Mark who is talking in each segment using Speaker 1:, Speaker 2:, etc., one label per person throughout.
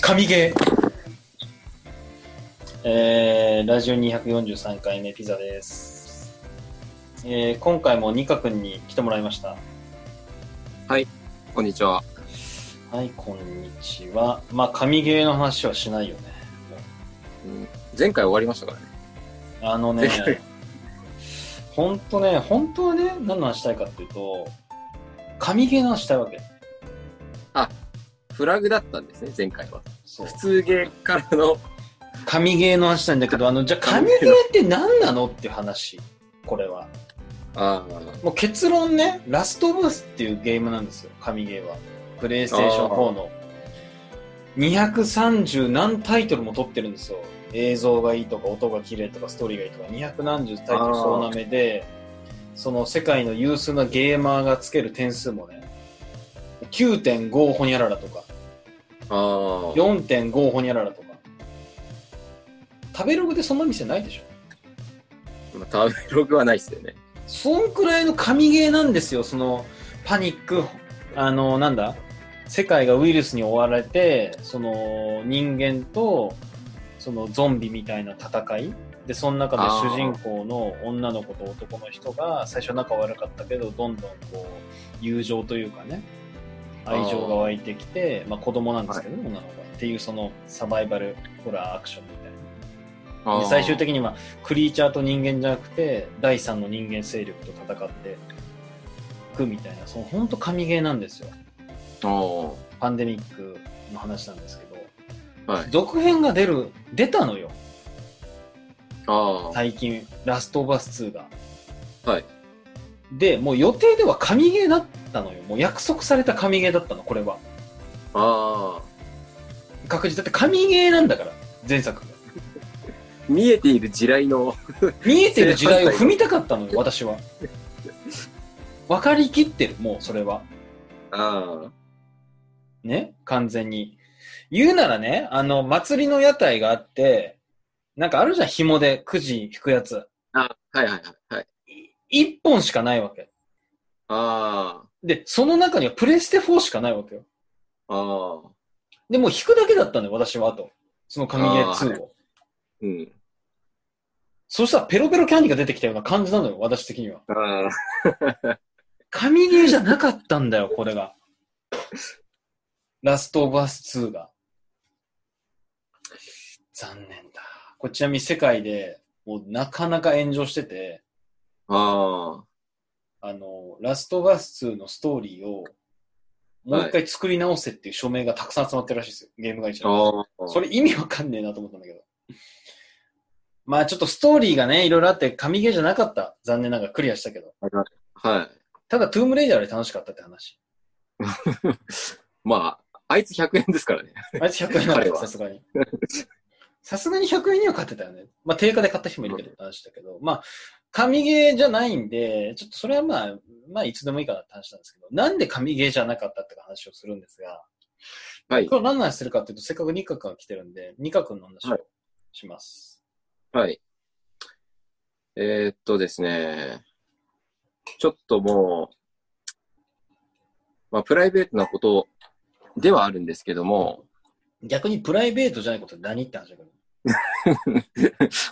Speaker 1: 神ゲー。
Speaker 2: えー、ラジオ243回目ピザです、えー、今回もニカ君に来てもらいました
Speaker 3: こんにちは。
Speaker 2: はいこんにちはまあ神ゲーの話はしないよね
Speaker 3: うん前回終わりましたからね。
Speaker 2: あの ね
Speaker 3: 前回
Speaker 2: 本当ね本当はね何の話したいかっていうと神ゲーの話したいわけ
Speaker 3: フラグだったんですね、前回は。
Speaker 2: そう
Speaker 3: 普通ゲーからの、
Speaker 2: 神ゲーの話なんだけどあのじゃあ神
Speaker 3: 神
Speaker 2: ゲ
Speaker 3: ゲ
Speaker 2: ー
Speaker 3: ー
Speaker 2: って何なのっていう話これは
Speaker 3: あ
Speaker 2: もう結論ね、ラストオブアスっていうゲームなんですよ、神ゲーは。プレイステーション
Speaker 3: あー
Speaker 2: 4の。230何タイトルも撮ってるんですよ。映像がいいとか、音が綺麗とか、ストーリーがいいとか、200何十タイトル総なめで、その世界の有数なゲーマーがつける点数もね、9.5ホニャララとか、
Speaker 3: あ、ああ、
Speaker 2: 4.5ホニャララとか。食べログでそんな店ないでしょ
Speaker 3: まあ食べログはないっすよね。
Speaker 2: そんくらいの神ゲーなんですよ、そのパニック、あの、なんだ、世界がウイルスに追われて、その人間とそのゾンビみたいな戦い、で、その中で主人公の女の子と男の人が、最初仲悪かったけど、どんどんこう、友情というかね、愛情が湧いてきて、まあ子供なんですけどね、女の子は。っていうそのサバイバルホラーアクションみたいな。
Speaker 3: あ
Speaker 2: で
Speaker 3: あ
Speaker 2: 最終的にはクリーチャーと人間じゃなくて第三の人間勢力と戦っていくみたいなその本当神ゲーなんですよ
Speaker 3: ああ、
Speaker 2: パンデミックの話なんですけど、
Speaker 3: はい
Speaker 2: 続編が出る出たのよ
Speaker 3: ああ、
Speaker 2: 最近「ラストオブアス2が」
Speaker 3: はい
Speaker 2: でもう予定では神ゲーだったのよもう約束された神ゲーだったのこれは
Speaker 3: ああ、
Speaker 2: 確実だって神ゲーなんだから前作が
Speaker 3: 見えている地雷の、
Speaker 2: 見えてる時代を踏みたかったのよ私 は分かりきってるもうそれは
Speaker 3: あ
Speaker 2: ね、完全に。言うならね、あの、祭りの屋台があって、なんかあるじゃん、紐でくじ引くやつ。
Speaker 3: あ、ああ、はいはいはい。はい、
Speaker 2: 一本しかないわけ。
Speaker 3: あ
Speaker 2: で、その中にはプレステ4しかないわけよ。
Speaker 3: あ、ああ、
Speaker 2: で、もう引くだけだったんだよ、私は、あと。その神ゲー
Speaker 3: あー
Speaker 2: 2を。
Speaker 3: うん。
Speaker 2: そしたらペロペロキャンディーが出てきたような感じなのよ、私的には。
Speaker 3: あ
Speaker 2: 神ゲーじゃなかったんだよ、これが。ラストオブアス2が。残念だ。これちなみに世界で、もうなかなか炎上してて、
Speaker 3: あ、あ
Speaker 2: あの、ラストバス2のストーリーを、もう一回作り直せっていう署名がたくさん集まってるらしいですよ、ゲーム会社
Speaker 3: あ、
Speaker 2: に。
Speaker 3: ああ、
Speaker 2: それ意味わかんねえなと思ったんだけど。まあちょっとストーリーがね、いろいろあって、神ゲーじゃなかった。残念ながらクリアしたけど。
Speaker 3: はい。
Speaker 2: ただ、トゥームレイダーで楽しかったって話。
Speaker 3: まあ、あいつ100円ですからね。
Speaker 2: あいつ100円だっ
Speaker 3: 彼
Speaker 2: た、
Speaker 3: は
Speaker 2: さすがに。さすがに100円には買ってたよね。まあ定価で買った人もいるけどって話だけど、まあ、神ゲーじゃないんで、ちょっとそれはまあ、まあいつでもいいかなって話なんですけど、なんで神ゲーじゃなかったって話をするんですが、
Speaker 3: はい。
Speaker 2: 今日何の話するかっていうと、せっかくニカ君が来てるんで、ニカ君の話をします。
Speaker 3: はい。えーっとですね、ちょっともう、まあ、プライベートなことではあるんですけども、
Speaker 2: 逆にプライベートじゃないことって何って話だ けど。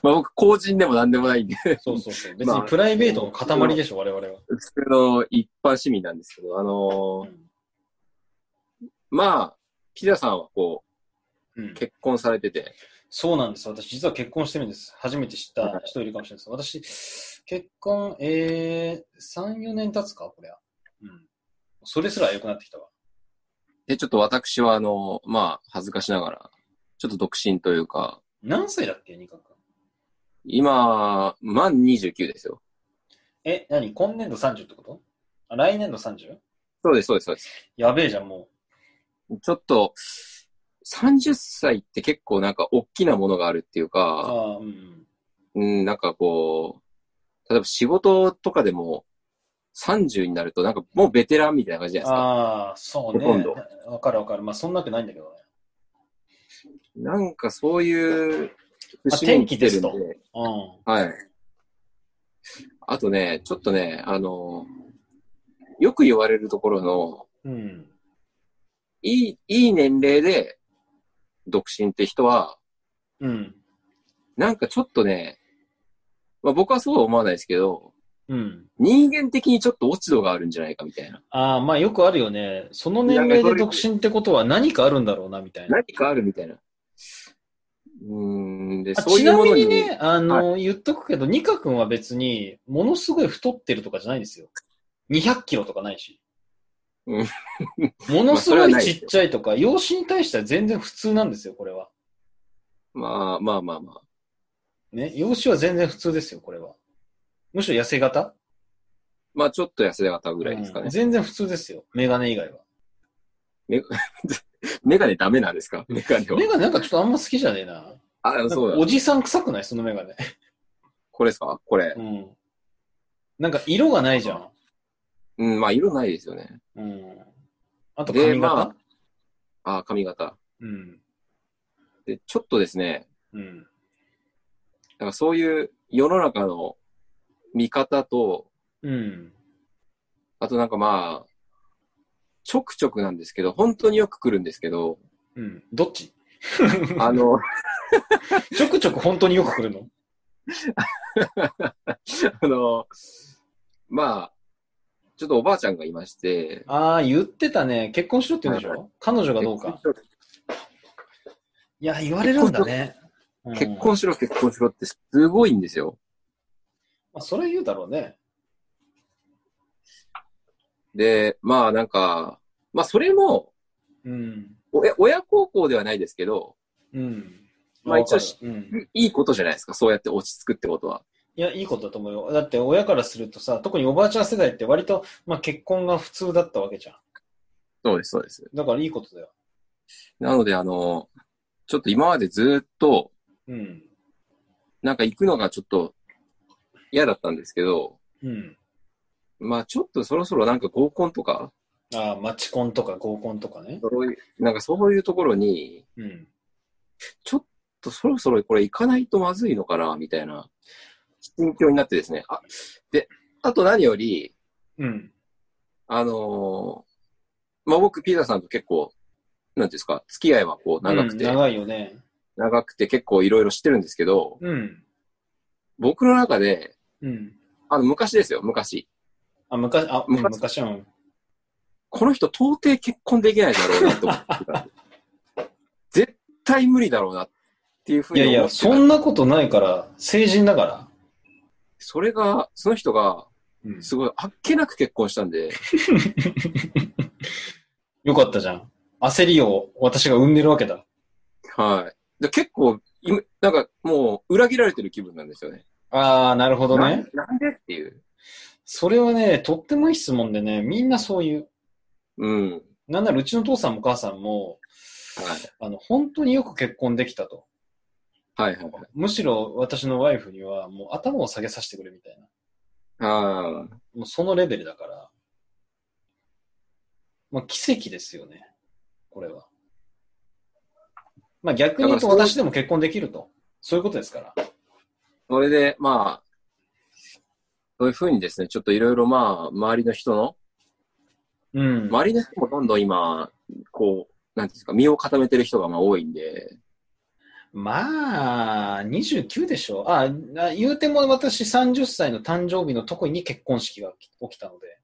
Speaker 3: まあ僕、公人でも何でもないんで、
Speaker 2: そうそうそう。別
Speaker 3: まあ
Speaker 2: にプライベートの塊でしょ、我々は。
Speaker 3: 普通の一般市民なんですけど、あのーまあ、ピザさんはこ
Speaker 2: うん
Speaker 3: う、結婚されてて、
Speaker 2: そうなんです。私、実は結婚してるんです。初めて知った人いるかもしれないです。私、結婚、えー、3、4年経つか、これは。うん。それすら良くなってきたわ。
Speaker 3: で、ちょっと私はあのーまあ、恥ずかしながら、ちょっと独身というか、
Speaker 2: 何歳だっけ、ニカ君。
Speaker 3: 今、満29ですよ。
Speaker 2: え、何今年度30ってことあ来年度 30?
Speaker 3: そうです、そうです、そうです。
Speaker 2: やべえじゃん、も
Speaker 3: ちょっと、30歳って結構なんか大きなものがあるっていう
Speaker 2: う。
Speaker 3: か、
Speaker 2: ああー、うんうん。
Speaker 3: うん、なんかこう、例えば仕事とかでも30になるとなんかもうベテランみたいな感じじゃないですか。
Speaker 2: ああ、そうね。
Speaker 3: ほとんど
Speaker 2: わかるわかる。まあ、そんなわけないんだけどね。
Speaker 3: なんかそういう
Speaker 2: あ
Speaker 3: 節目に来てるん
Speaker 2: 天気
Speaker 3: で。
Speaker 2: うん。
Speaker 3: はい。あとね、ちょっとね、あの、よく言われるところの、
Speaker 2: うん。
Speaker 3: いい、いい年齢で独身って人は、
Speaker 2: うん。
Speaker 3: なんかちょっとね、まあ僕はそうは思わないですけど、
Speaker 2: うん。
Speaker 3: 人間的にちょっと落ち度があるんじゃないかみたいな。
Speaker 2: ああ、まあよくあるよね。その年齢で独身ってことは何かあるんだろうな、みたいな。
Speaker 3: 何かあるみたいな。うーん、で、
Speaker 2: あ
Speaker 3: そう
Speaker 2: ち
Speaker 3: いう
Speaker 2: な
Speaker 3: も
Speaker 2: み
Speaker 3: の
Speaker 2: に
Speaker 3: に、
Speaker 2: ね、あの、言っとくけど、ニカ君は別に、ものすごい太ってるとかじゃないんですよ。200キロとかないし。
Speaker 3: うん
Speaker 2: ものす
Speaker 3: まあそれ
Speaker 2: ご
Speaker 3: はいない
Speaker 2: ちっちゃいとか、容姿に対しては全然普通なんですよ、これは。
Speaker 3: まあまあまあまあ。
Speaker 2: ね、容姿は全然普通ですよ、これは。むしろ痩せ型
Speaker 3: まあちょっと痩せ方ぐらいですか
Speaker 2: うん
Speaker 3: ね。
Speaker 2: 全然普通ですよ、メガネ以外は。
Speaker 3: メガネダメなんですかメガネは
Speaker 2: メ。ガネなんかちょっとあんま好きじゃねえな。
Speaker 3: あ、そ
Speaker 2: なん
Speaker 3: う
Speaker 2: かお
Speaker 3: だ。
Speaker 2: じさん臭くないそのメガネ。
Speaker 3: これですかこれ
Speaker 2: う。ん。なんか色がないじゃん。
Speaker 3: うん、まあ色ないですよね。
Speaker 2: うん。あと髪型、
Speaker 3: でまああ、髪型。
Speaker 2: うん。
Speaker 3: で、ちょっとですね、
Speaker 2: うん。
Speaker 3: なんかそういう世の中の見方と、
Speaker 2: うん。
Speaker 3: あとなんかまあ、ちょくちょくなんですけど、本当によく来るんですけど、
Speaker 2: うん。どっち
Speaker 3: あの、
Speaker 2: ちょくちょく本当によく来るの
Speaker 3: あの、まあ、ちょっとおばあちゃんがいまして、
Speaker 2: ああ、言ってたね。結婚しろって言うんでしょ、
Speaker 3: はい
Speaker 2: 彼女がどうか。いや、言われるんだね。
Speaker 3: 結
Speaker 2: うん
Speaker 3: 婚しろ、結婚しろってすごいんですよ。
Speaker 2: まあ、それは言うだろうね。
Speaker 3: で、まあなんか、まあそれも、
Speaker 2: うん。
Speaker 3: お親孝行ではないですけど、
Speaker 2: うん。
Speaker 3: まあ一応
Speaker 2: わかるうん。
Speaker 3: いいことじゃないですか、そうやって落ち着くってことは。
Speaker 2: いや、いいことだと思うよ。だって親からするとさ、特におばあちゃん世代って割と、まあ、結婚が普通だったわけじゃん。
Speaker 3: そうです、そうです。
Speaker 2: だからいいことだよ。
Speaker 3: なので、あの、ちょっと今までずっと、
Speaker 2: うん。
Speaker 3: なんか行くのがちょっと嫌だったんですけど、
Speaker 2: うん。
Speaker 3: まあちょっとそろそろなんか合コンとか、
Speaker 2: ああ、マチコンとか合コンとかね。
Speaker 3: そういうなんかそういうところに、
Speaker 2: うん。
Speaker 3: ちょっとそろそろこれ行かないとまずいのかな、みたいな、心境になってですね。あ、で、あと何より、
Speaker 2: うん。
Speaker 3: あのーまあ、僕、ピーターさんと結構、なんていうんですか、付き合いはこう長くて、
Speaker 2: うん長いよね。
Speaker 3: 長くて結構いろいろしてるんですけど、
Speaker 2: うん。
Speaker 3: 僕の中で、
Speaker 2: うん。
Speaker 3: あの、昔ですよ、昔。
Speaker 2: あ、昔、あ、うん
Speaker 3: 昔
Speaker 2: 昔は、うん
Speaker 3: この人到底結婚できないだろうなと思ってた。 絶対無理だろうなっていうふう
Speaker 2: い
Speaker 3: に
Speaker 2: や
Speaker 3: 思っ
Speaker 2: い
Speaker 3: てた
Speaker 2: や、そんなことないから、成人だから。
Speaker 3: それが、その人が、
Speaker 2: うん。
Speaker 3: すごい、あっけなく結婚したんで、
Speaker 2: よかったじゃん。焦りを私が生んでるわけだ。
Speaker 3: はい。で結構、今なんかもう裏切られてる気分なんですよね。
Speaker 2: ああ、なるほどね。
Speaker 3: ななんでっていう。
Speaker 2: それはね、とってもいい質問でね、みんなそういう。
Speaker 3: うん。はい。
Speaker 2: なんならうちの父さんも母さんも、あの、本当によく結婚できたと。
Speaker 3: はいはいはい。
Speaker 2: むしろ私のワイフには、もう頭を下げさせてくれみたいな。
Speaker 3: ああ、
Speaker 2: もうそのレベルだから。まあ、奇跡ですよね。これは。まあ、逆に言うと
Speaker 3: だからそう
Speaker 2: 私でも結婚できると。そういうことですから。
Speaker 3: それで、まあ、そういうふうにですね、ちょっといろいろまあ、周りの人の、
Speaker 2: うん。
Speaker 3: 周りの人もどんどん今、こう、なんていうんですか、身を固めてる人がまあ多いんで、
Speaker 2: まあ、29でしょ。あ、な言うても私30歳の誕生日のとこに結婚式が起きたので。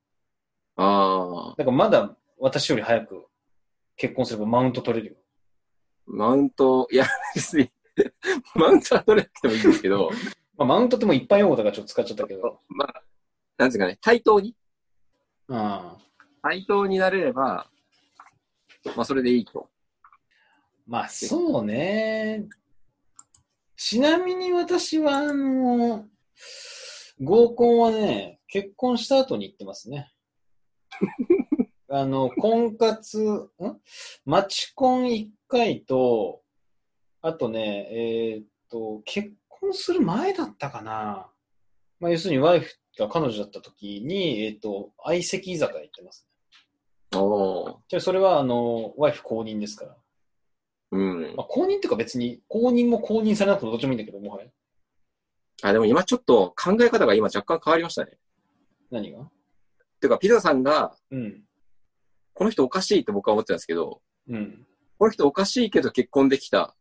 Speaker 3: ああ、
Speaker 2: だからまだ私より早く結婚すればマウント取れるよ。
Speaker 3: マウント、いや、別に、 マウントは取れなくてもいいんですけど、
Speaker 2: まあ、マウントってもういっぱい用語だからちょっと使っちゃったけど。
Speaker 3: まあ、なんていうんですかね、対等に、
Speaker 2: うん。
Speaker 3: 対等になれれば、まあ、それでいいと。
Speaker 2: まあそうね。ちなみに私は、あの、合コンはね、結婚した後に行ってますね。あの、婚活、んマチコン1回と、あとね、えーっと、結婚する前だったかな。まあ要するにワイフが彼女だった時に、えーっと、相席居酒屋行ってます。
Speaker 3: おー
Speaker 2: じゃあそれは、あの、ワイフ公認ですから。
Speaker 3: うん。
Speaker 2: まあ、公認っていうか別に、公認も公認されなくてもどっちもいいんだけど、もはや。
Speaker 3: あ、でも今ちょっと考え方が今若干変わりましたね。
Speaker 2: 何が
Speaker 3: ていうか、ピザさんが、
Speaker 2: うん。
Speaker 3: この人おかしいって僕は思ってたんですけど、
Speaker 2: うん。
Speaker 3: この人おかしいけど結婚できた。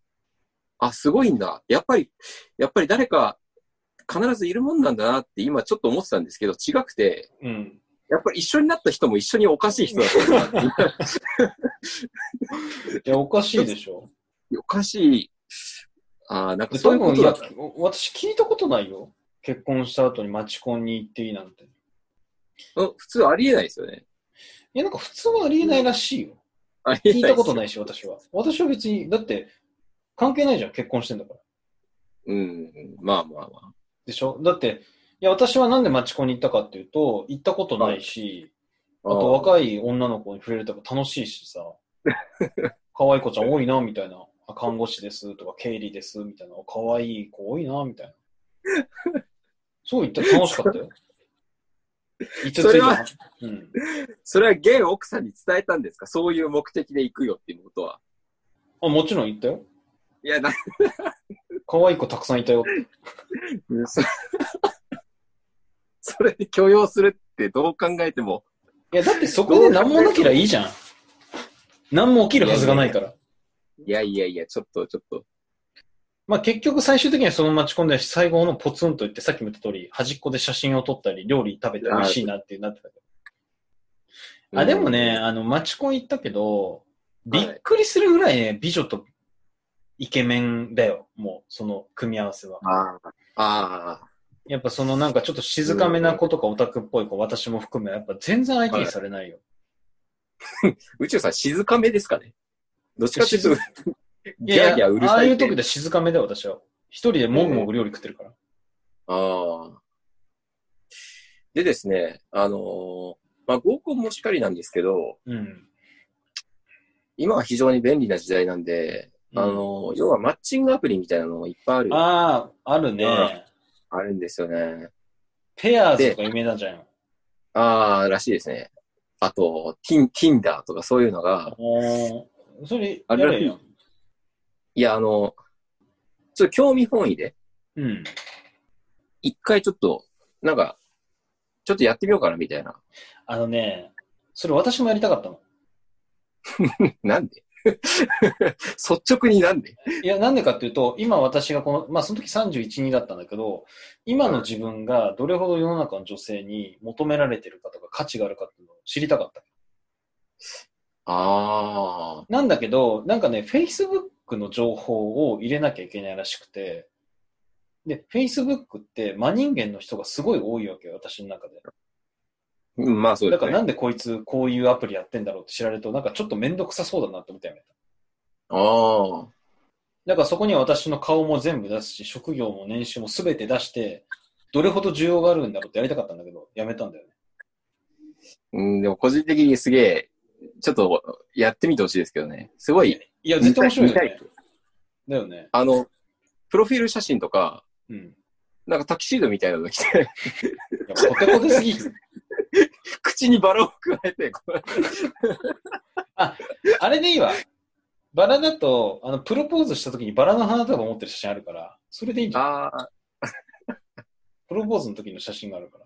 Speaker 3: あ、すごいんだ。やっぱり、やっぱり誰か必ずいるもんなんだなって今ちょっと思ってたんですけど、違くて、
Speaker 2: うん。
Speaker 3: やっぱり一緒になった人も一緒におかしい人だったんだなって今
Speaker 2: いや、おかしいでしょ。
Speaker 3: おかしい。ああ、なんかそ
Speaker 2: 多
Speaker 3: ういうこ
Speaker 2: 分、い
Speaker 3: とだ
Speaker 2: や
Speaker 3: った。、
Speaker 2: 私聞いたことないよ。結婚した後にマチコンに行っていいなんて。い
Speaker 3: うん普通ありえないですよね。
Speaker 2: や、なんか普通はありえないらしいよ。
Speaker 3: ありえ
Speaker 2: 聞い
Speaker 3: ない
Speaker 2: た
Speaker 3: で
Speaker 2: こ
Speaker 3: す
Speaker 2: と。ないし、私は。私は別に、だって、関係ないじゃん、結婚してんだから。
Speaker 3: うん、まあまあまあ。
Speaker 2: でしょだって、いや、私はなんでマチコンに行ったかっていうと、行ったことないし、
Speaker 3: あ
Speaker 2: あと
Speaker 3: ー
Speaker 2: 若い女の子に触れるとか楽しいし さ、可愛い子ちゃん多いな、みたいな。あ看護師ですとか、経理です、みたいな。可愛い子多いな、みたいな。そう言ったら楽しか ったよ。いつつい
Speaker 3: そ
Speaker 2: て
Speaker 3: れ
Speaker 2: た
Speaker 3: は
Speaker 2: うん。
Speaker 3: それは現奥さんに伝えたんですかそういう目的で行くよっていうことは。
Speaker 2: あ、もちろん言ったよ。
Speaker 3: いや、な、
Speaker 2: 可愛い子たくさんいたよ。
Speaker 3: そそれで許容するってどう考えても。
Speaker 2: いや、だってそこ で何もなけりゃいいじゃん。何も起きるはずがない から。
Speaker 3: いやいやいや、ちょっと、ちょっと。
Speaker 2: まあ結局最終的にはその待ち込んで最後のポツンと言ってさっきも言った通り端っこで写真を撮ったり料理食べて美味しいなってなってたけど。あ、でもね、あの待ち込ん行ったけど、びっくりするぐらいね、美女とイケメンだよ。もうその組み合わせは。
Speaker 3: うん。あーあ
Speaker 2: やっぱそのなんかちょっと静かめな子とかオタクっぽい子、私も含め、やっぱ全然相手にされないよ。
Speaker 3: ー。宇宙さん、静かめですかねどっちかっていうと、ギ
Speaker 2: いや
Speaker 3: ャーギャーうる
Speaker 2: ああ
Speaker 3: さ
Speaker 2: い
Speaker 3: いっ
Speaker 2: う
Speaker 3: て。
Speaker 2: 時で静かめだよ、私は。一人でもぐもぐ料理食ってるから。
Speaker 3: ああ。でですね、あのーまあ、合コンもしっかりなんですけど、
Speaker 2: うん。
Speaker 3: 今は非常に便利な時代なんで、あのー要はマッチングアプリみたいなのもいっぱいある、あ
Speaker 2: ああ、あるね。
Speaker 3: うんるんですよね。
Speaker 2: ペアーズとか有名なんじゃん。
Speaker 3: ああ、らしいですね。あと、ティン、ティンダーとかそういうのが、
Speaker 2: おーそれ、
Speaker 3: あ
Speaker 2: や
Speaker 3: れらし
Speaker 2: れ
Speaker 3: い
Speaker 2: よ。
Speaker 3: いや、あの、ちょっと興味本位で、
Speaker 2: うん。
Speaker 3: 一回ちょっと、なんか、ちょっとやってみようかなみたいな。
Speaker 2: あのね、それ私もやりたかったの。
Speaker 3: なんで 率直になんで
Speaker 2: いや、なんでかっていうと、今私がこの、まあその時31、2だったんだけど、今の自分がどれほど世の中の女性に求められてるかとか価値があるかっていうのを知りたかった。
Speaker 3: ああ、
Speaker 2: なんだけど、なんかね、Facebook の情報を入れなきゃいけないらしくて、で、Facebook って真人間の人がすごい多いわけよ、私の中で。
Speaker 3: うんまあそうで
Speaker 2: だ
Speaker 3: す
Speaker 2: か
Speaker 3: ね。
Speaker 2: らなんでこいつこういうアプリやってんだろうって知られると、なんかちょっとめんどくさそうだなって思ったよね。
Speaker 3: ああ。
Speaker 2: だからそこには私の顔も全部出すし、職業も年収も全て出して、どれほど需要があるんだろうってやりたかったんだけど、やめたんだよね。
Speaker 3: うん、でも個人的にすげえ、ちょっとやってみてほしいですけどね。すごい、
Speaker 2: いや、絶対面白いよ
Speaker 3: 見た
Speaker 2: ね
Speaker 3: い。
Speaker 2: だよね。
Speaker 3: あの、プロフィール写真とか、
Speaker 2: うん。い
Speaker 3: なんかタキシードみたいなの着て、
Speaker 2: や、コテコテすぎ。
Speaker 3: 口にバラを加えて、こう
Speaker 2: あれでいいわ。バラだと、あの、プロポーズした時にバラの花束持ってる写真あるから、それでいいんじゃん。
Speaker 3: ああ、
Speaker 2: プロポーズの時の写真があるから。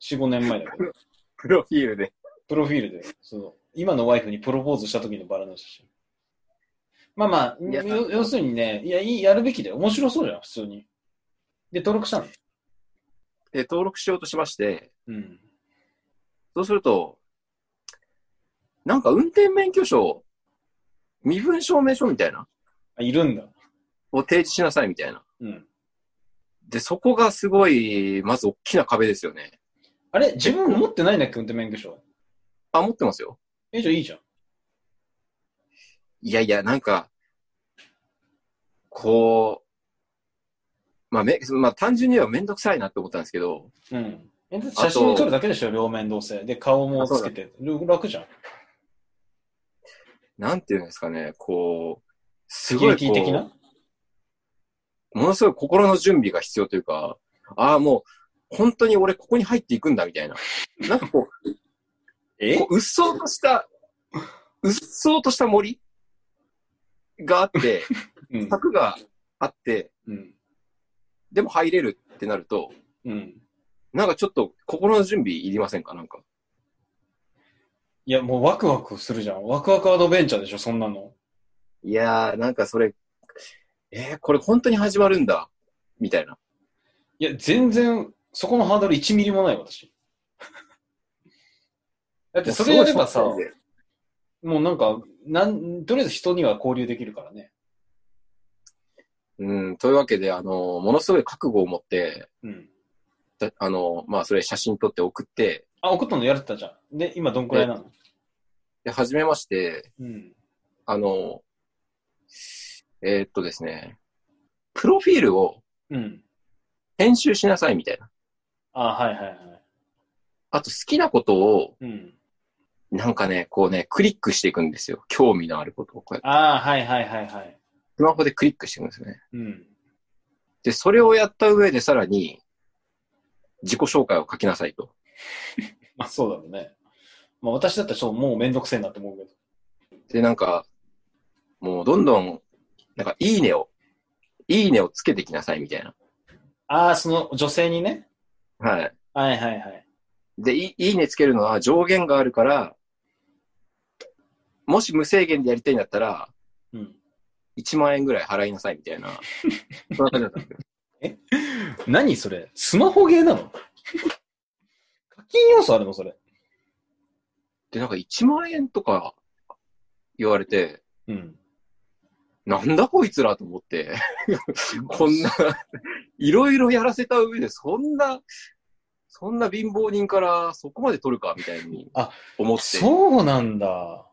Speaker 2: 4、5年前だけど。
Speaker 3: プロフィールで。
Speaker 2: プロフィールで、その、今のワイフにプロポーズした時のバラの写真。まあまあ、
Speaker 3: いや
Speaker 2: よ要するにね、いや、いい、やるべきだよ。面白そうじゃん、普通に。で、登録したの。
Speaker 3: で、登録しようとしまして、
Speaker 2: うん。
Speaker 3: そうすると、なんか運転免許証、身分証明書みたいな、
Speaker 2: あ、いるんだ。
Speaker 3: を提示しなさいみたいな。
Speaker 2: うん。
Speaker 3: で、そこがすごい、まず大きな壁ですよね。
Speaker 2: あれ自分持ってないんだっけ運転免許証。
Speaker 3: あ、持ってますよ。
Speaker 2: え、じゃあいいじゃん。
Speaker 3: いやいや、なんか、こう、まあめ、まあ単純にはめんどくさいなって思ったんですけど、
Speaker 2: うん。え、だって写真撮るだけでしょ両面同性。で、顔もつけて。楽じゃん。
Speaker 3: なんていうんですかね、こう、す
Speaker 2: セキ
Speaker 3: ご
Speaker 2: ュ
Speaker 3: い
Speaker 2: リティ的
Speaker 3: こ
Speaker 2: な
Speaker 3: う、ものすごい心の準備が必要というか、ああ、もう、本当に俺ここに入っていくんだみたいな。なんかこう、
Speaker 2: え
Speaker 3: こう、うっそうとした、うっそうとした森があって、
Speaker 2: うん。
Speaker 3: 柵があって、
Speaker 2: うん。
Speaker 3: でも入れるってなると、
Speaker 2: うん。
Speaker 3: なんかちょっと心の準備いりませんかなんか。
Speaker 2: いや、もうワクワクするじゃん。ワクワクアドベンチャーでしょ、そんなの。
Speaker 3: いやー、なんかそれ、えー、これ本当に始まるんだ、みたいな。
Speaker 2: いや、全然、そこのハードル1ミリもない、私。 だって、それやればさ、
Speaker 3: もうすごいショックで
Speaker 2: もうなんか、なん、とりあえず人には交流できるからね。
Speaker 3: うん、というわけで、あの、ものすごい覚悟を持って、
Speaker 2: うん。
Speaker 3: だあの、まあ、それ写真撮って送って、
Speaker 2: あ、送ったのやれてたじゃん。で、今どんくらいなの
Speaker 3: で、初めまして、
Speaker 2: うん。
Speaker 3: あの、えーっとですね、プロフィールを
Speaker 2: うん。
Speaker 3: 編集しなさいみたいな。
Speaker 2: あ、はいはいはい。
Speaker 3: あと好きなことを、
Speaker 2: うん。
Speaker 3: なんかね、こうね、クリックしていくんですよ。興味のあることをこうやって。
Speaker 2: あはいはいはいはい。
Speaker 3: スマホでクリックしていくんですよね。
Speaker 2: うん。
Speaker 3: で、それをやった上でさらに、自己紹介を書きなさいと。
Speaker 2: まあ、そうだろうね。まあ、私だったらちょっともうめんどくせえなって思うけど。
Speaker 3: で、なんか、もうどんどん、なんか、いいねを、いいねをつけてきなさいみたいな。
Speaker 2: ああ、その女性にね。
Speaker 3: はい。
Speaker 2: はいはいはい。
Speaker 3: で、いいいねつけるのは上限があるから、もし無制限でやりたいんだったら、
Speaker 2: うん。
Speaker 3: 1万円ぐらい払いなさいみた いな、そんな感じだったんですよ。
Speaker 2: 何それスマホゲーなの 課金要素あるのそれ。
Speaker 3: で、なんか1万円とか言われて、
Speaker 2: うん。
Speaker 3: なんだこいつらと 思って、こんな、いろいろやらせた上で、そんな、そんな貧乏人からそこまで取るかみたいに
Speaker 2: あ
Speaker 3: 思って。
Speaker 2: そうなんだ。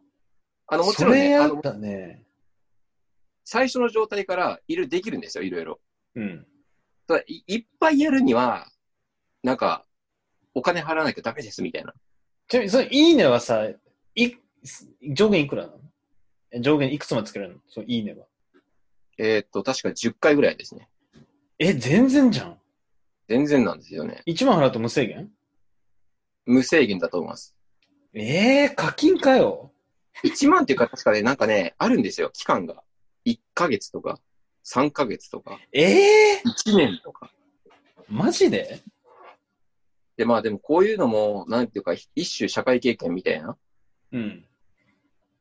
Speaker 3: あの、もち
Speaker 2: そ
Speaker 3: ろん
Speaker 2: れ
Speaker 3: ね、あ
Speaker 2: や
Speaker 3: の
Speaker 2: っ、たね。
Speaker 3: 最初の状態からいろいろできるんですよ、いろいろ。
Speaker 2: うん。
Speaker 3: ただい、いっぱいやるには、なんか、お金払わなきゃダメですみたいな。
Speaker 2: ちなみに、そのいいねはさ、い、上限いくらなのえ上限いくつまでつけられるのそのいいねは。
Speaker 3: えーっと、確か10回ぐらいですね。
Speaker 2: え、全然じゃん。
Speaker 3: 全然なんですよね。
Speaker 2: 1万払うと無制限
Speaker 3: 無制限だと思います。
Speaker 2: ええー、課金かよ。
Speaker 3: 1万っていうか、確かね、なんかね、あるんですよ、期間が。1ヶ月とか、3ヶ月とか、
Speaker 2: ええ
Speaker 3: 1年とか。
Speaker 2: ー、マジで
Speaker 3: で、まあでもこういうのも、なんていうか、一種社会経験みたいな
Speaker 2: うん。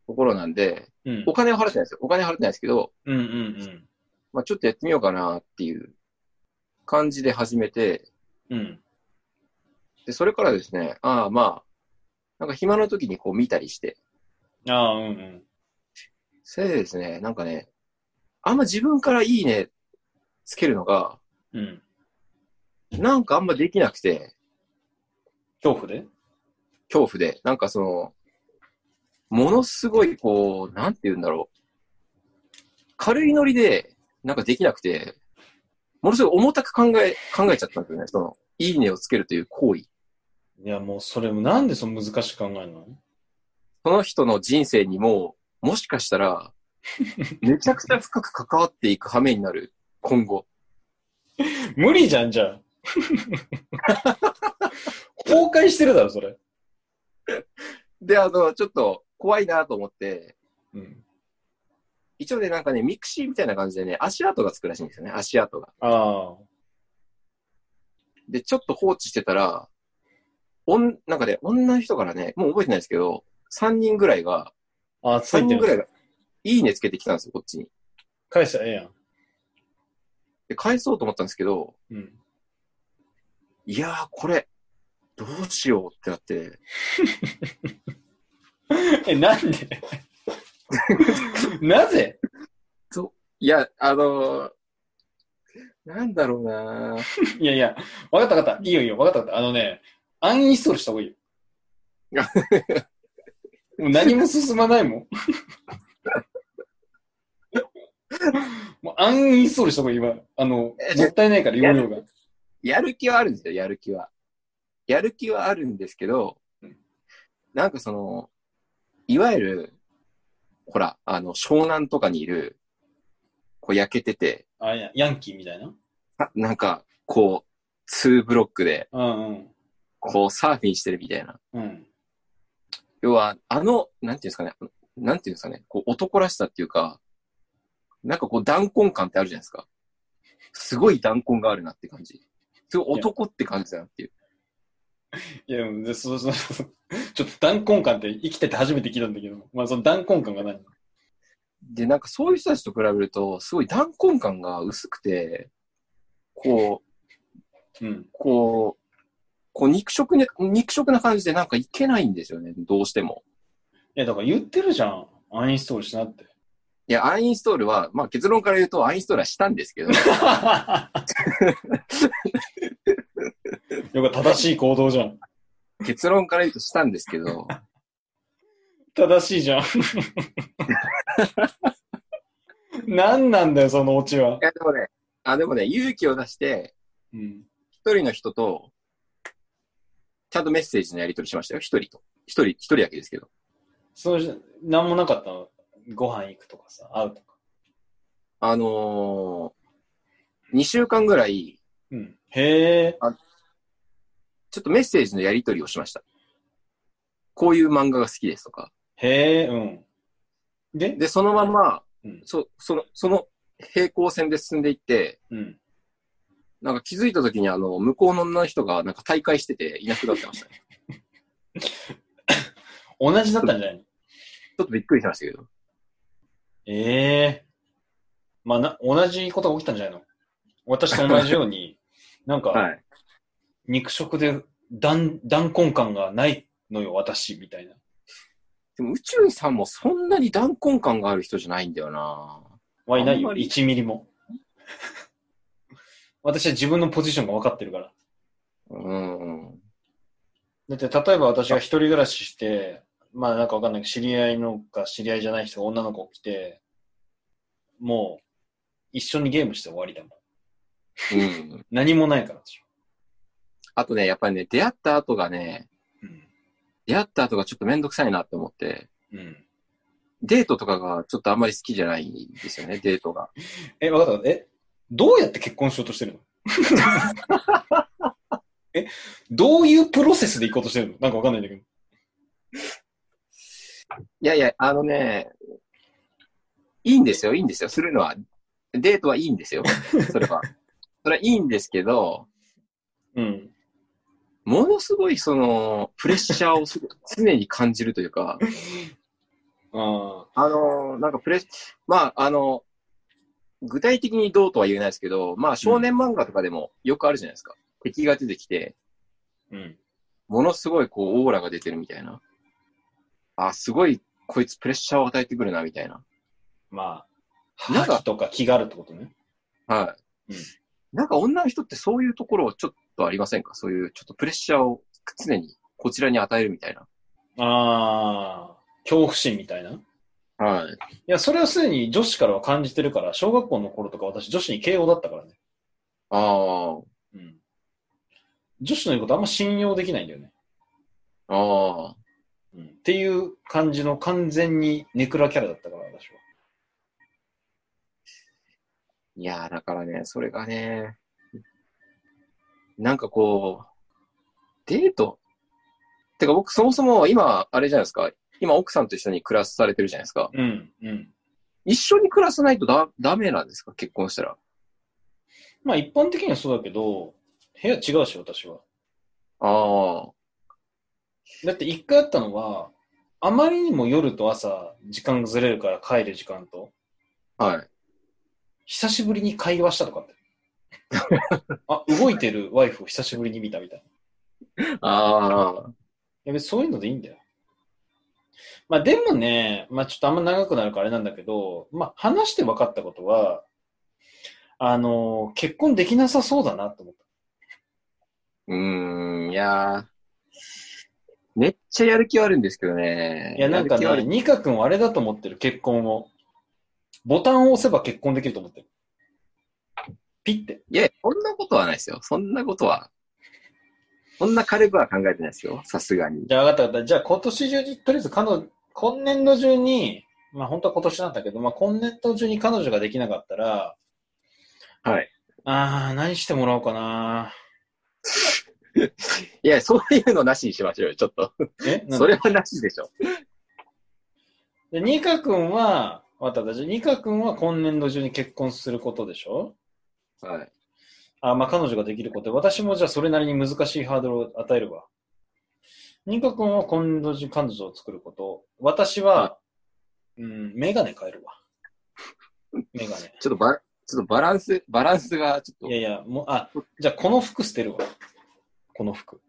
Speaker 3: ところなんで、
Speaker 2: うん。
Speaker 3: お金は払ってないですよ。お金は払ってないですけど、
Speaker 2: うんうん
Speaker 3: まあちょっとやってみようかなっていう感じで始めて、
Speaker 2: うん。うん。
Speaker 3: で、それからですね、ああまあ、なんか暇な時にこう見たりして、
Speaker 2: ああ、うんうん。
Speaker 3: それでですね、なんかね、あんま自分からいいねつけるのが、
Speaker 2: うん。
Speaker 3: なんかあんまできなくて、
Speaker 2: 恐怖で
Speaker 3: 恐怖で、なんかその、ものすごいこう、なんて言うんだろう。軽いノリで、なんかできなくて、ものすごい重たく考え、考えちゃったんですよね。その、いいねをつけるという行為。
Speaker 2: いや、もうそれもなんでその難しく考えるの
Speaker 3: その人の人生にも、もしかしたら、めちゃくちゃ深く関わっていく羽目になる、今後。
Speaker 2: 無理じゃん、じゃ あ。崩壊してるだろ、それ。
Speaker 3: で、あの、ちょっと怖いなと思って、
Speaker 2: うん。
Speaker 3: 一応ね、なんかね、ミクシーみたいな感じでね、足跡がつくらしいんですよね、足跡が。
Speaker 2: ああ。
Speaker 3: で、ちょっと放置してたら、おん、なんかね、女の人からね、もう覚えてないですけど、3人ぐらいが、
Speaker 2: ああ、つ
Speaker 3: 3
Speaker 2: いて
Speaker 3: 人ぐらい
Speaker 2: る。
Speaker 3: が、いいねつけてきたんですよ、こっちに。
Speaker 2: 返したらええやん。
Speaker 3: で、返そうと思ったんですけど、
Speaker 2: うん。
Speaker 3: いやー、これ、どうしようってなって、
Speaker 2: え、なん でなぜ
Speaker 3: いや、あのーなんだろうなー
Speaker 2: いやいや、わかったわかった。いいよいいよ、わかったわかった。あのね、アンインストールした方 がいいよ。もう何も進まないも ん。もうアンインストールした方がいいわ。あの、
Speaker 3: え
Speaker 2: もったいないから容量が。
Speaker 3: やる気はあるんですよ、やる気は。やる気はあるんですけど
Speaker 2: うん、
Speaker 3: なんかその、いわゆる、ほら、あの、湘南とかにいる、こう焼けてて、
Speaker 2: あや、ヤンキーみたいな。
Speaker 3: あなんか、こう、ツーブロックで、
Speaker 2: うんうん。
Speaker 3: こう、サーフィンしてるみたいな。
Speaker 2: うん。
Speaker 3: 要は、あの、なんていうんですかね、なんていうんですかね、こう、男らしさっていうか、なんかこう、弾痕感ってあるじゃないですか。すごい弾痕があるなって感じ。すごい男って感じだなっていう。
Speaker 2: いや、でそうそう そう。ちょっと弾根感って生きてて初めて聞いたんだけど、まあその弾根感が何
Speaker 3: で、なんかそういう人たちと比べると、すごい断根感が薄くて、こう、
Speaker 2: うん。
Speaker 3: こう、こう肉食ね、肉食な感じでなんかいけないんですよね、どうしても。
Speaker 2: いや、だから言ってるじゃん。アンインストールしなって。
Speaker 3: いや、アンインストールは、まあ結論から言うとアンインストールはしたんですけど、
Speaker 2: よく正しい行動じゃん。
Speaker 3: 結論から言うとしたんですけど、
Speaker 2: 正しいじゃん。 何なんだよ、そのオチは。
Speaker 3: いや、でもね、あ、でもね、勇気を出して、
Speaker 2: うん。
Speaker 3: 一人の人と、ちゃんとメッセージのやり取りしましたよ。一人と。一人、一人だけですけど。
Speaker 2: そうし、何もなかったの。ご飯行くとかさ、会うとか。
Speaker 3: あのー、2週間ぐらい、
Speaker 2: うん。へえ。
Speaker 3: ちょっとメッセージのやり取りをしました。こういう漫画が好きですとか。
Speaker 2: へえ、うん。で
Speaker 3: で、そのまま、
Speaker 2: うん。
Speaker 3: そ、その、その平行線で進んでいって、
Speaker 2: うん。
Speaker 3: なんか気づいた時にあの、向こうの女の人がなんか大会してていなくなってましたね。
Speaker 2: 同じだったんじゃないの
Speaker 3: ちょっとびっくりしましたけど。
Speaker 2: ええまあな、同じことが起きたんじゃないの私と同じ ように、なんか、
Speaker 3: はい。
Speaker 2: 肉食で断断根感がないのよ、私、みたいな。
Speaker 3: でも宇宙さんもそんなに断根感がある人じゃないんだよな
Speaker 2: はいない
Speaker 3: あん
Speaker 2: よ、
Speaker 3: まり
Speaker 2: 1ミリも。 私は自分のポジションが分かってるから。
Speaker 3: うんうん。
Speaker 2: だって、例えば私が一人暮らしして、まあなんかわかんないけど、知り合いのか知り合いじゃない人が女の子来て、もう、一緒にゲームして終わりだもん。
Speaker 3: うん。
Speaker 2: 何もないからでしょ。
Speaker 3: あとね、やっぱりね、出会った後がね、
Speaker 2: うん。
Speaker 3: 出会った後がちょっとめんどくさいなって思って、
Speaker 2: うん。
Speaker 3: デートとかがちょっとあんまり好きじゃないんですよね、デートが。
Speaker 2: え、わかった。え、どうやって結婚しようとしてるの え、どういうプロセスで行こうとしてるのなんかわかんないんだけど。
Speaker 3: いやいや、あのね、いいんですよ、いいんですよ、するのは。デートはいいんですよ、それは。それはいいんですけど、
Speaker 2: うん。
Speaker 3: ものすごいその、プレッシャーをすご常に感じるというか、
Speaker 2: ああ。
Speaker 3: あの、なんかプレッ、まあ、あの、具体的にどうとは言えないですけど、まあ少年漫画とかでもよくあるじゃないですか。敵が出てきて、
Speaker 2: うん。
Speaker 3: ものすごいこうオーラが出てるみたいな。あ、すごいこいつプレッシャーを与えてくるなみたいな。
Speaker 2: まあ、
Speaker 3: なんか
Speaker 2: 覇気とか気があるってことね。
Speaker 3: はい。
Speaker 2: うん
Speaker 3: なんか女の人ってそういうところちょっとありませんかそういうちょっとプレッシャーを常にこちらに与えるみたいな。
Speaker 2: ああ。恐怖心みたいな。い
Speaker 3: はい。
Speaker 2: や、それはすでに女子からは感じてるから、小学校の頃とか私女子に敬語だったからね。
Speaker 3: ああ、
Speaker 2: うん。女子の言うことあんま信用できないんだよね。
Speaker 3: ああ。
Speaker 2: うん。っていう感じの完全にネクラキャラだったから、私は。
Speaker 3: いやー、だからね、それがね、なんかこう、デートてか僕そもそも今、あれじゃないですか。今奥さんと一緒に暮らされてるじゃないですか。
Speaker 2: うん。うん。
Speaker 3: 一緒に暮らさないとだ、ダメなんですか結婚したら。
Speaker 2: まあ一般的にはそうだけど、部屋違うし、私は。
Speaker 3: ああ。
Speaker 2: だって一回あったのは、あまりにも夜と朝、時間がずれるから帰る時間と、
Speaker 3: はい。
Speaker 2: 久しぶりに会話したとかって。あ、動いてるワイフを久しぶりに見たみたいな。い
Speaker 3: ああ。
Speaker 2: や別にそういうのでいいんだよ。まあでもね、まあちょっとあんま長くなるからあれなんだけど、まあ話して分かったことは、あの、結婚できなさそうだなと思った。
Speaker 3: うーん、いやー。めっちゃやる気はあるんですけどね。
Speaker 2: いや、なんか
Speaker 3: や
Speaker 2: ね、
Speaker 3: る気は
Speaker 2: ニカ君はあれだと思ってる、結婚を。ボタンを押せば結婚できると思ってる。ピッて。
Speaker 3: いや、そんなことはないですよ。そんなことは。そんな軽くは考えてないですよ。さすがに。
Speaker 2: じゃあ、分かった分かった。じゃあ、今年中に、とりあえず彼女、今年度中に、まあ、本当は今年なんだけど、まあ、今年度中に彼女ができなかったら、
Speaker 3: はい。
Speaker 2: あー、何してもらおうかない
Speaker 3: や、そういうのなしにしましょうよ、ちょっと。
Speaker 2: えなん
Speaker 3: それはなしでしょ。
Speaker 2: で、ニカ君は、わかった。じゃあ、ニカ君は今年度中に結婚することでしょ
Speaker 3: はい。
Speaker 2: あ、まあ、彼女ができることで、私もじゃあそれなりに難しいハードルを与えるわ。ニカ君は今度中彼女を作ること。私は、うん、メガネ変えるわ。メガネ。
Speaker 3: ちょっとバラ、ちょっとバランス、バランスがちょっ
Speaker 2: いやいや、もう、あ、じゃあこの服捨てるわ。この服。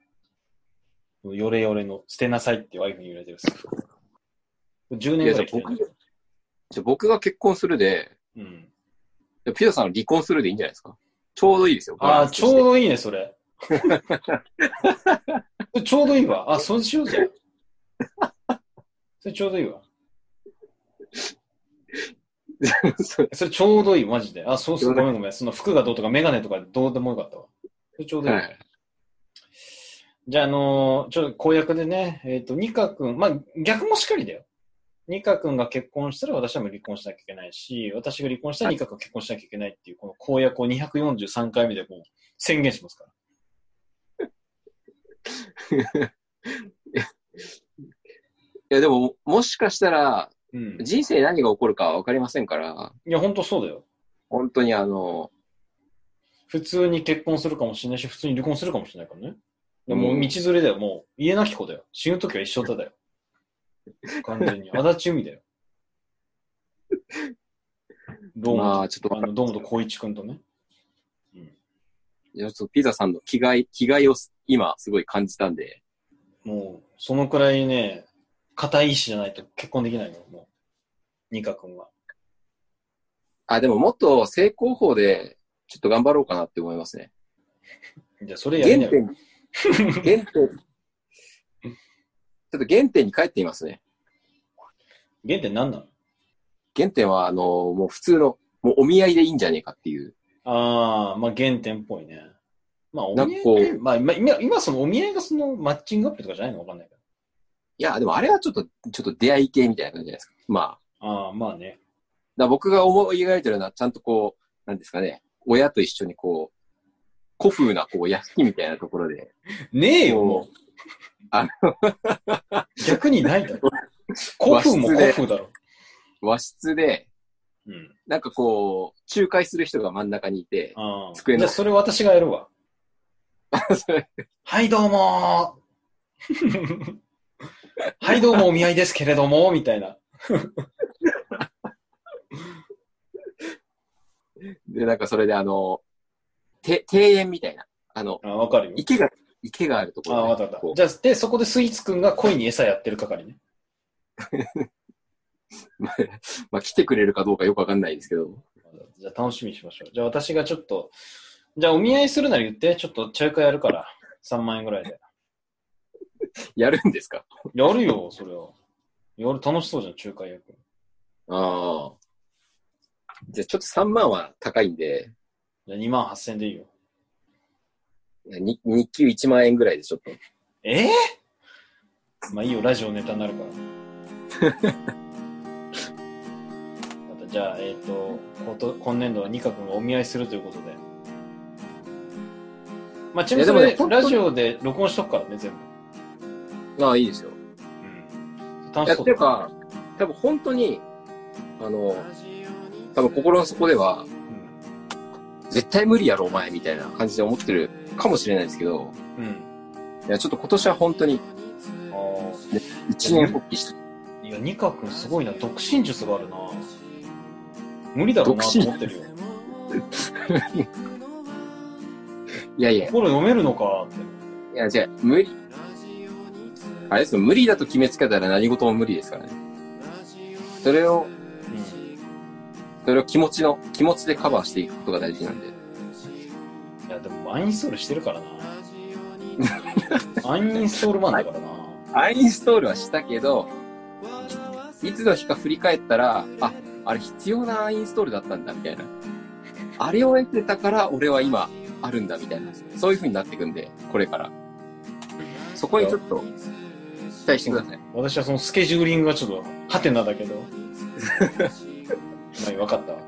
Speaker 2: ヨレヨレの、捨てなさいってワイフに言われてる服。10
Speaker 3: と、
Speaker 2: 年ぐ
Speaker 3: いや、じ
Speaker 2: ら
Speaker 3: ゃあ
Speaker 2: い着て
Speaker 3: 僕、
Speaker 2: る。
Speaker 3: じゃあ僕が結婚するで、
Speaker 2: うん。
Speaker 3: じゃあピザさんは離婚するでいいんじゃないですかちょうどいいですよ。
Speaker 2: ああ、ちょう
Speaker 3: ど。
Speaker 2: どいいね、そ れ。ちょうどいいわ。あ、そうしようぜ。それちょうどいいわ。
Speaker 3: そう
Speaker 2: それちょうどいい、マジで。あ、そうそう、ごめんごめん。その服がどうとか、メガネとかどうでもよかったわ。それちょうどいい。
Speaker 3: はい。
Speaker 2: じゃあ、あのーちょっと公約でね、えっ、と、ニカ君、まあ、逆もしっかりだよ。ニカ君が結婚したら私はもう離婚しなきゃいけないし、私が離婚したらニカ君が結婚しなきゃいけないっていう、この公約を243回目でこう宣言しますから。
Speaker 3: いや、でも、もしかしたら、
Speaker 2: うん。い
Speaker 3: 人生で何が起こるかわかりませんから、
Speaker 2: や、ほんとそうだよ。
Speaker 3: 本当にあの、
Speaker 2: 普通に結婚するかもしれないし、普通に離婚するかもしれないからね。でも
Speaker 3: う
Speaker 2: うん道連れだよ、もう家なき子だよ。死ぬときは一緒だだよ。完全 に。足立海だよ。どうも、
Speaker 3: まあ、ちょっとわ
Speaker 2: あ
Speaker 3: か
Speaker 2: のどうもと光一君とね。
Speaker 3: いやちょっとピザさんの気概、気概をす今すごい感じたんで、
Speaker 2: もう、そのくらいね、固い意志じゃないと結婚できないの、もう。ニカ君は。
Speaker 3: あ、でももっと正攻法で、ちょっと頑張ろうかなって思いますね。
Speaker 2: じゃあ、それや
Speaker 3: 原
Speaker 2: りな
Speaker 3: 点、
Speaker 2: よ。
Speaker 3: 原点、ちょっと原点に帰っていますね。
Speaker 2: 原点何なの
Speaker 3: 原点は、あの、もう普通の、もうお見合いでいいんじゃねえかっていう。
Speaker 2: ああ、まあ原点っぽいね。まあ、お見
Speaker 3: なんか
Speaker 2: 合
Speaker 3: こ
Speaker 2: いうって、まあ今、今、今そのお見合いがそのマッチングアップリとかじゃないのわかんないけど。
Speaker 3: いや、でもあれはちょっと、ちょっと出会い系みたいな感じじゃないですか。まあ、だか
Speaker 2: ああ、まあね。
Speaker 3: ら僕が思い描いてるのは、ちゃんとこう、なんですかね、親と一緒にこう、古風なこう屋敷みたいなところで、
Speaker 2: ねえよ、も
Speaker 3: こ
Speaker 2: う。
Speaker 3: あ
Speaker 2: 逆にないだろ。古風も
Speaker 3: 和室
Speaker 2: 古
Speaker 3: で
Speaker 2: 風だろ。
Speaker 3: う和室で、
Speaker 2: うん。
Speaker 3: なんかこう、仲介する人が真ん中にいて、
Speaker 2: ああ。
Speaker 3: 机の
Speaker 2: じゃあ、それ私がやるわ。
Speaker 3: それ
Speaker 2: はい、どうもー はい、どうもお見合いですけれども、みたいな。
Speaker 3: で、なんかそれであの、て庭園みたいな、あの、
Speaker 2: あわかるよ。
Speaker 3: 池が、池があるとこ
Speaker 2: あ
Speaker 3: ろで、
Speaker 2: わかったわか
Speaker 3: こ
Speaker 2: っ
Speaker 3: う
Speaker 2: た。じゃあ、で、そこでスイーツくんが恋に餌やってる係ね。
Speaker 3: まあまあ、来てくれるかどうかよくわかんないですけど、
Speaker 2: じゃあ、楽しみにしましょう。じゃあ、私がちょっと、じゃあ、お見合いするなら言って、ちょっと仲介やるから。3万円ぐらいで。
Speaker 3: やるんですか
Speaker 2: やるよ、それは。やる、楽しそうじゃん、仲介役。
Speaker 3: ああ。じゃあちょっと3万は高いんで、
Speaker 2: じゃあ、2万8000円でいいよ。
Speaker 3: に日給1万円ぐらいでちょっと。
Speaker 2: ええまあいいよ、ラジオネタになるから。 またじゃあ、えっ、とこと、今年度はニカ君がお見合いするということで。まあ、ちなみにそ
Speaker 3: いや
Speaker 2: れ
Speaker 3: でもね、本当
Speaker 2: ラ
Speaker 3: に
Speaker 2: ジオで録音しとくからね、全部。
Speaker 3: まあいいですよ。
Speaker 2: うん。楽
Speaker 3: いや、
Speaker 2: し
Speaker 3: っ
Speaker 2: そう
Speaker 3: ていう
Speaker 2: だ。
Speaker 3: か、多分本当に、あの、多分心の底では、
Speaker 2: うん。
Speaker 3: 絶対無理やろお前みたいな感じで思ってるかもしれないですけど、
Speaker 2: うん。
Speaker 3: いや、ちょっと今年は本当に
Speaker 2: あ
Speaker 3: 一年復帰して、
Speaker 2: あ。いや、ニカ君すごいな。独身術があるな。無理だろうなと思ってるよ。
Speaker 3: いやいや、い
Speaker 2: 心読めるのかって。
Speaker 3: や、じゃあ無理。 あれですよ、無理だと決めつけたら何事も無理ですからね。それを、
Speaker 2: うん。
Speaker 3: それを気持ちの、気持ちでカバーしていくことが大事なん で。
Speaker 2: いや、でも、アンインストールしてるからな。アンインストールマンだからな。
Speaker 3: ア インストールはしたけど、いつの日か振り返ったら、あ、あれ必要なアインストールだったんだ、みたいな。あれを得てたから、俺は今、あるんだ、みたいな。そういう風になっていくんで、これから。そこにちょっと、期待してください。
Speaker 2: 私はそのスケジューリングがちょっとハ テナだけど。はい、分かったわ。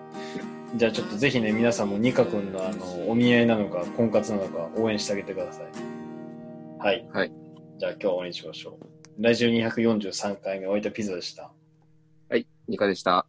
Speaker 2: じゃあちょっとぜひね、皆さんもニカ君のあのお見合いなのか、婚活なのか、応援してあげてください。はい。
Speaker 3: はい、
Speaker 2: じゃあ今日は終わりにしましょう。ラジオ243回目、おいたピザでした。
Speaker 3: はい、ニカでした。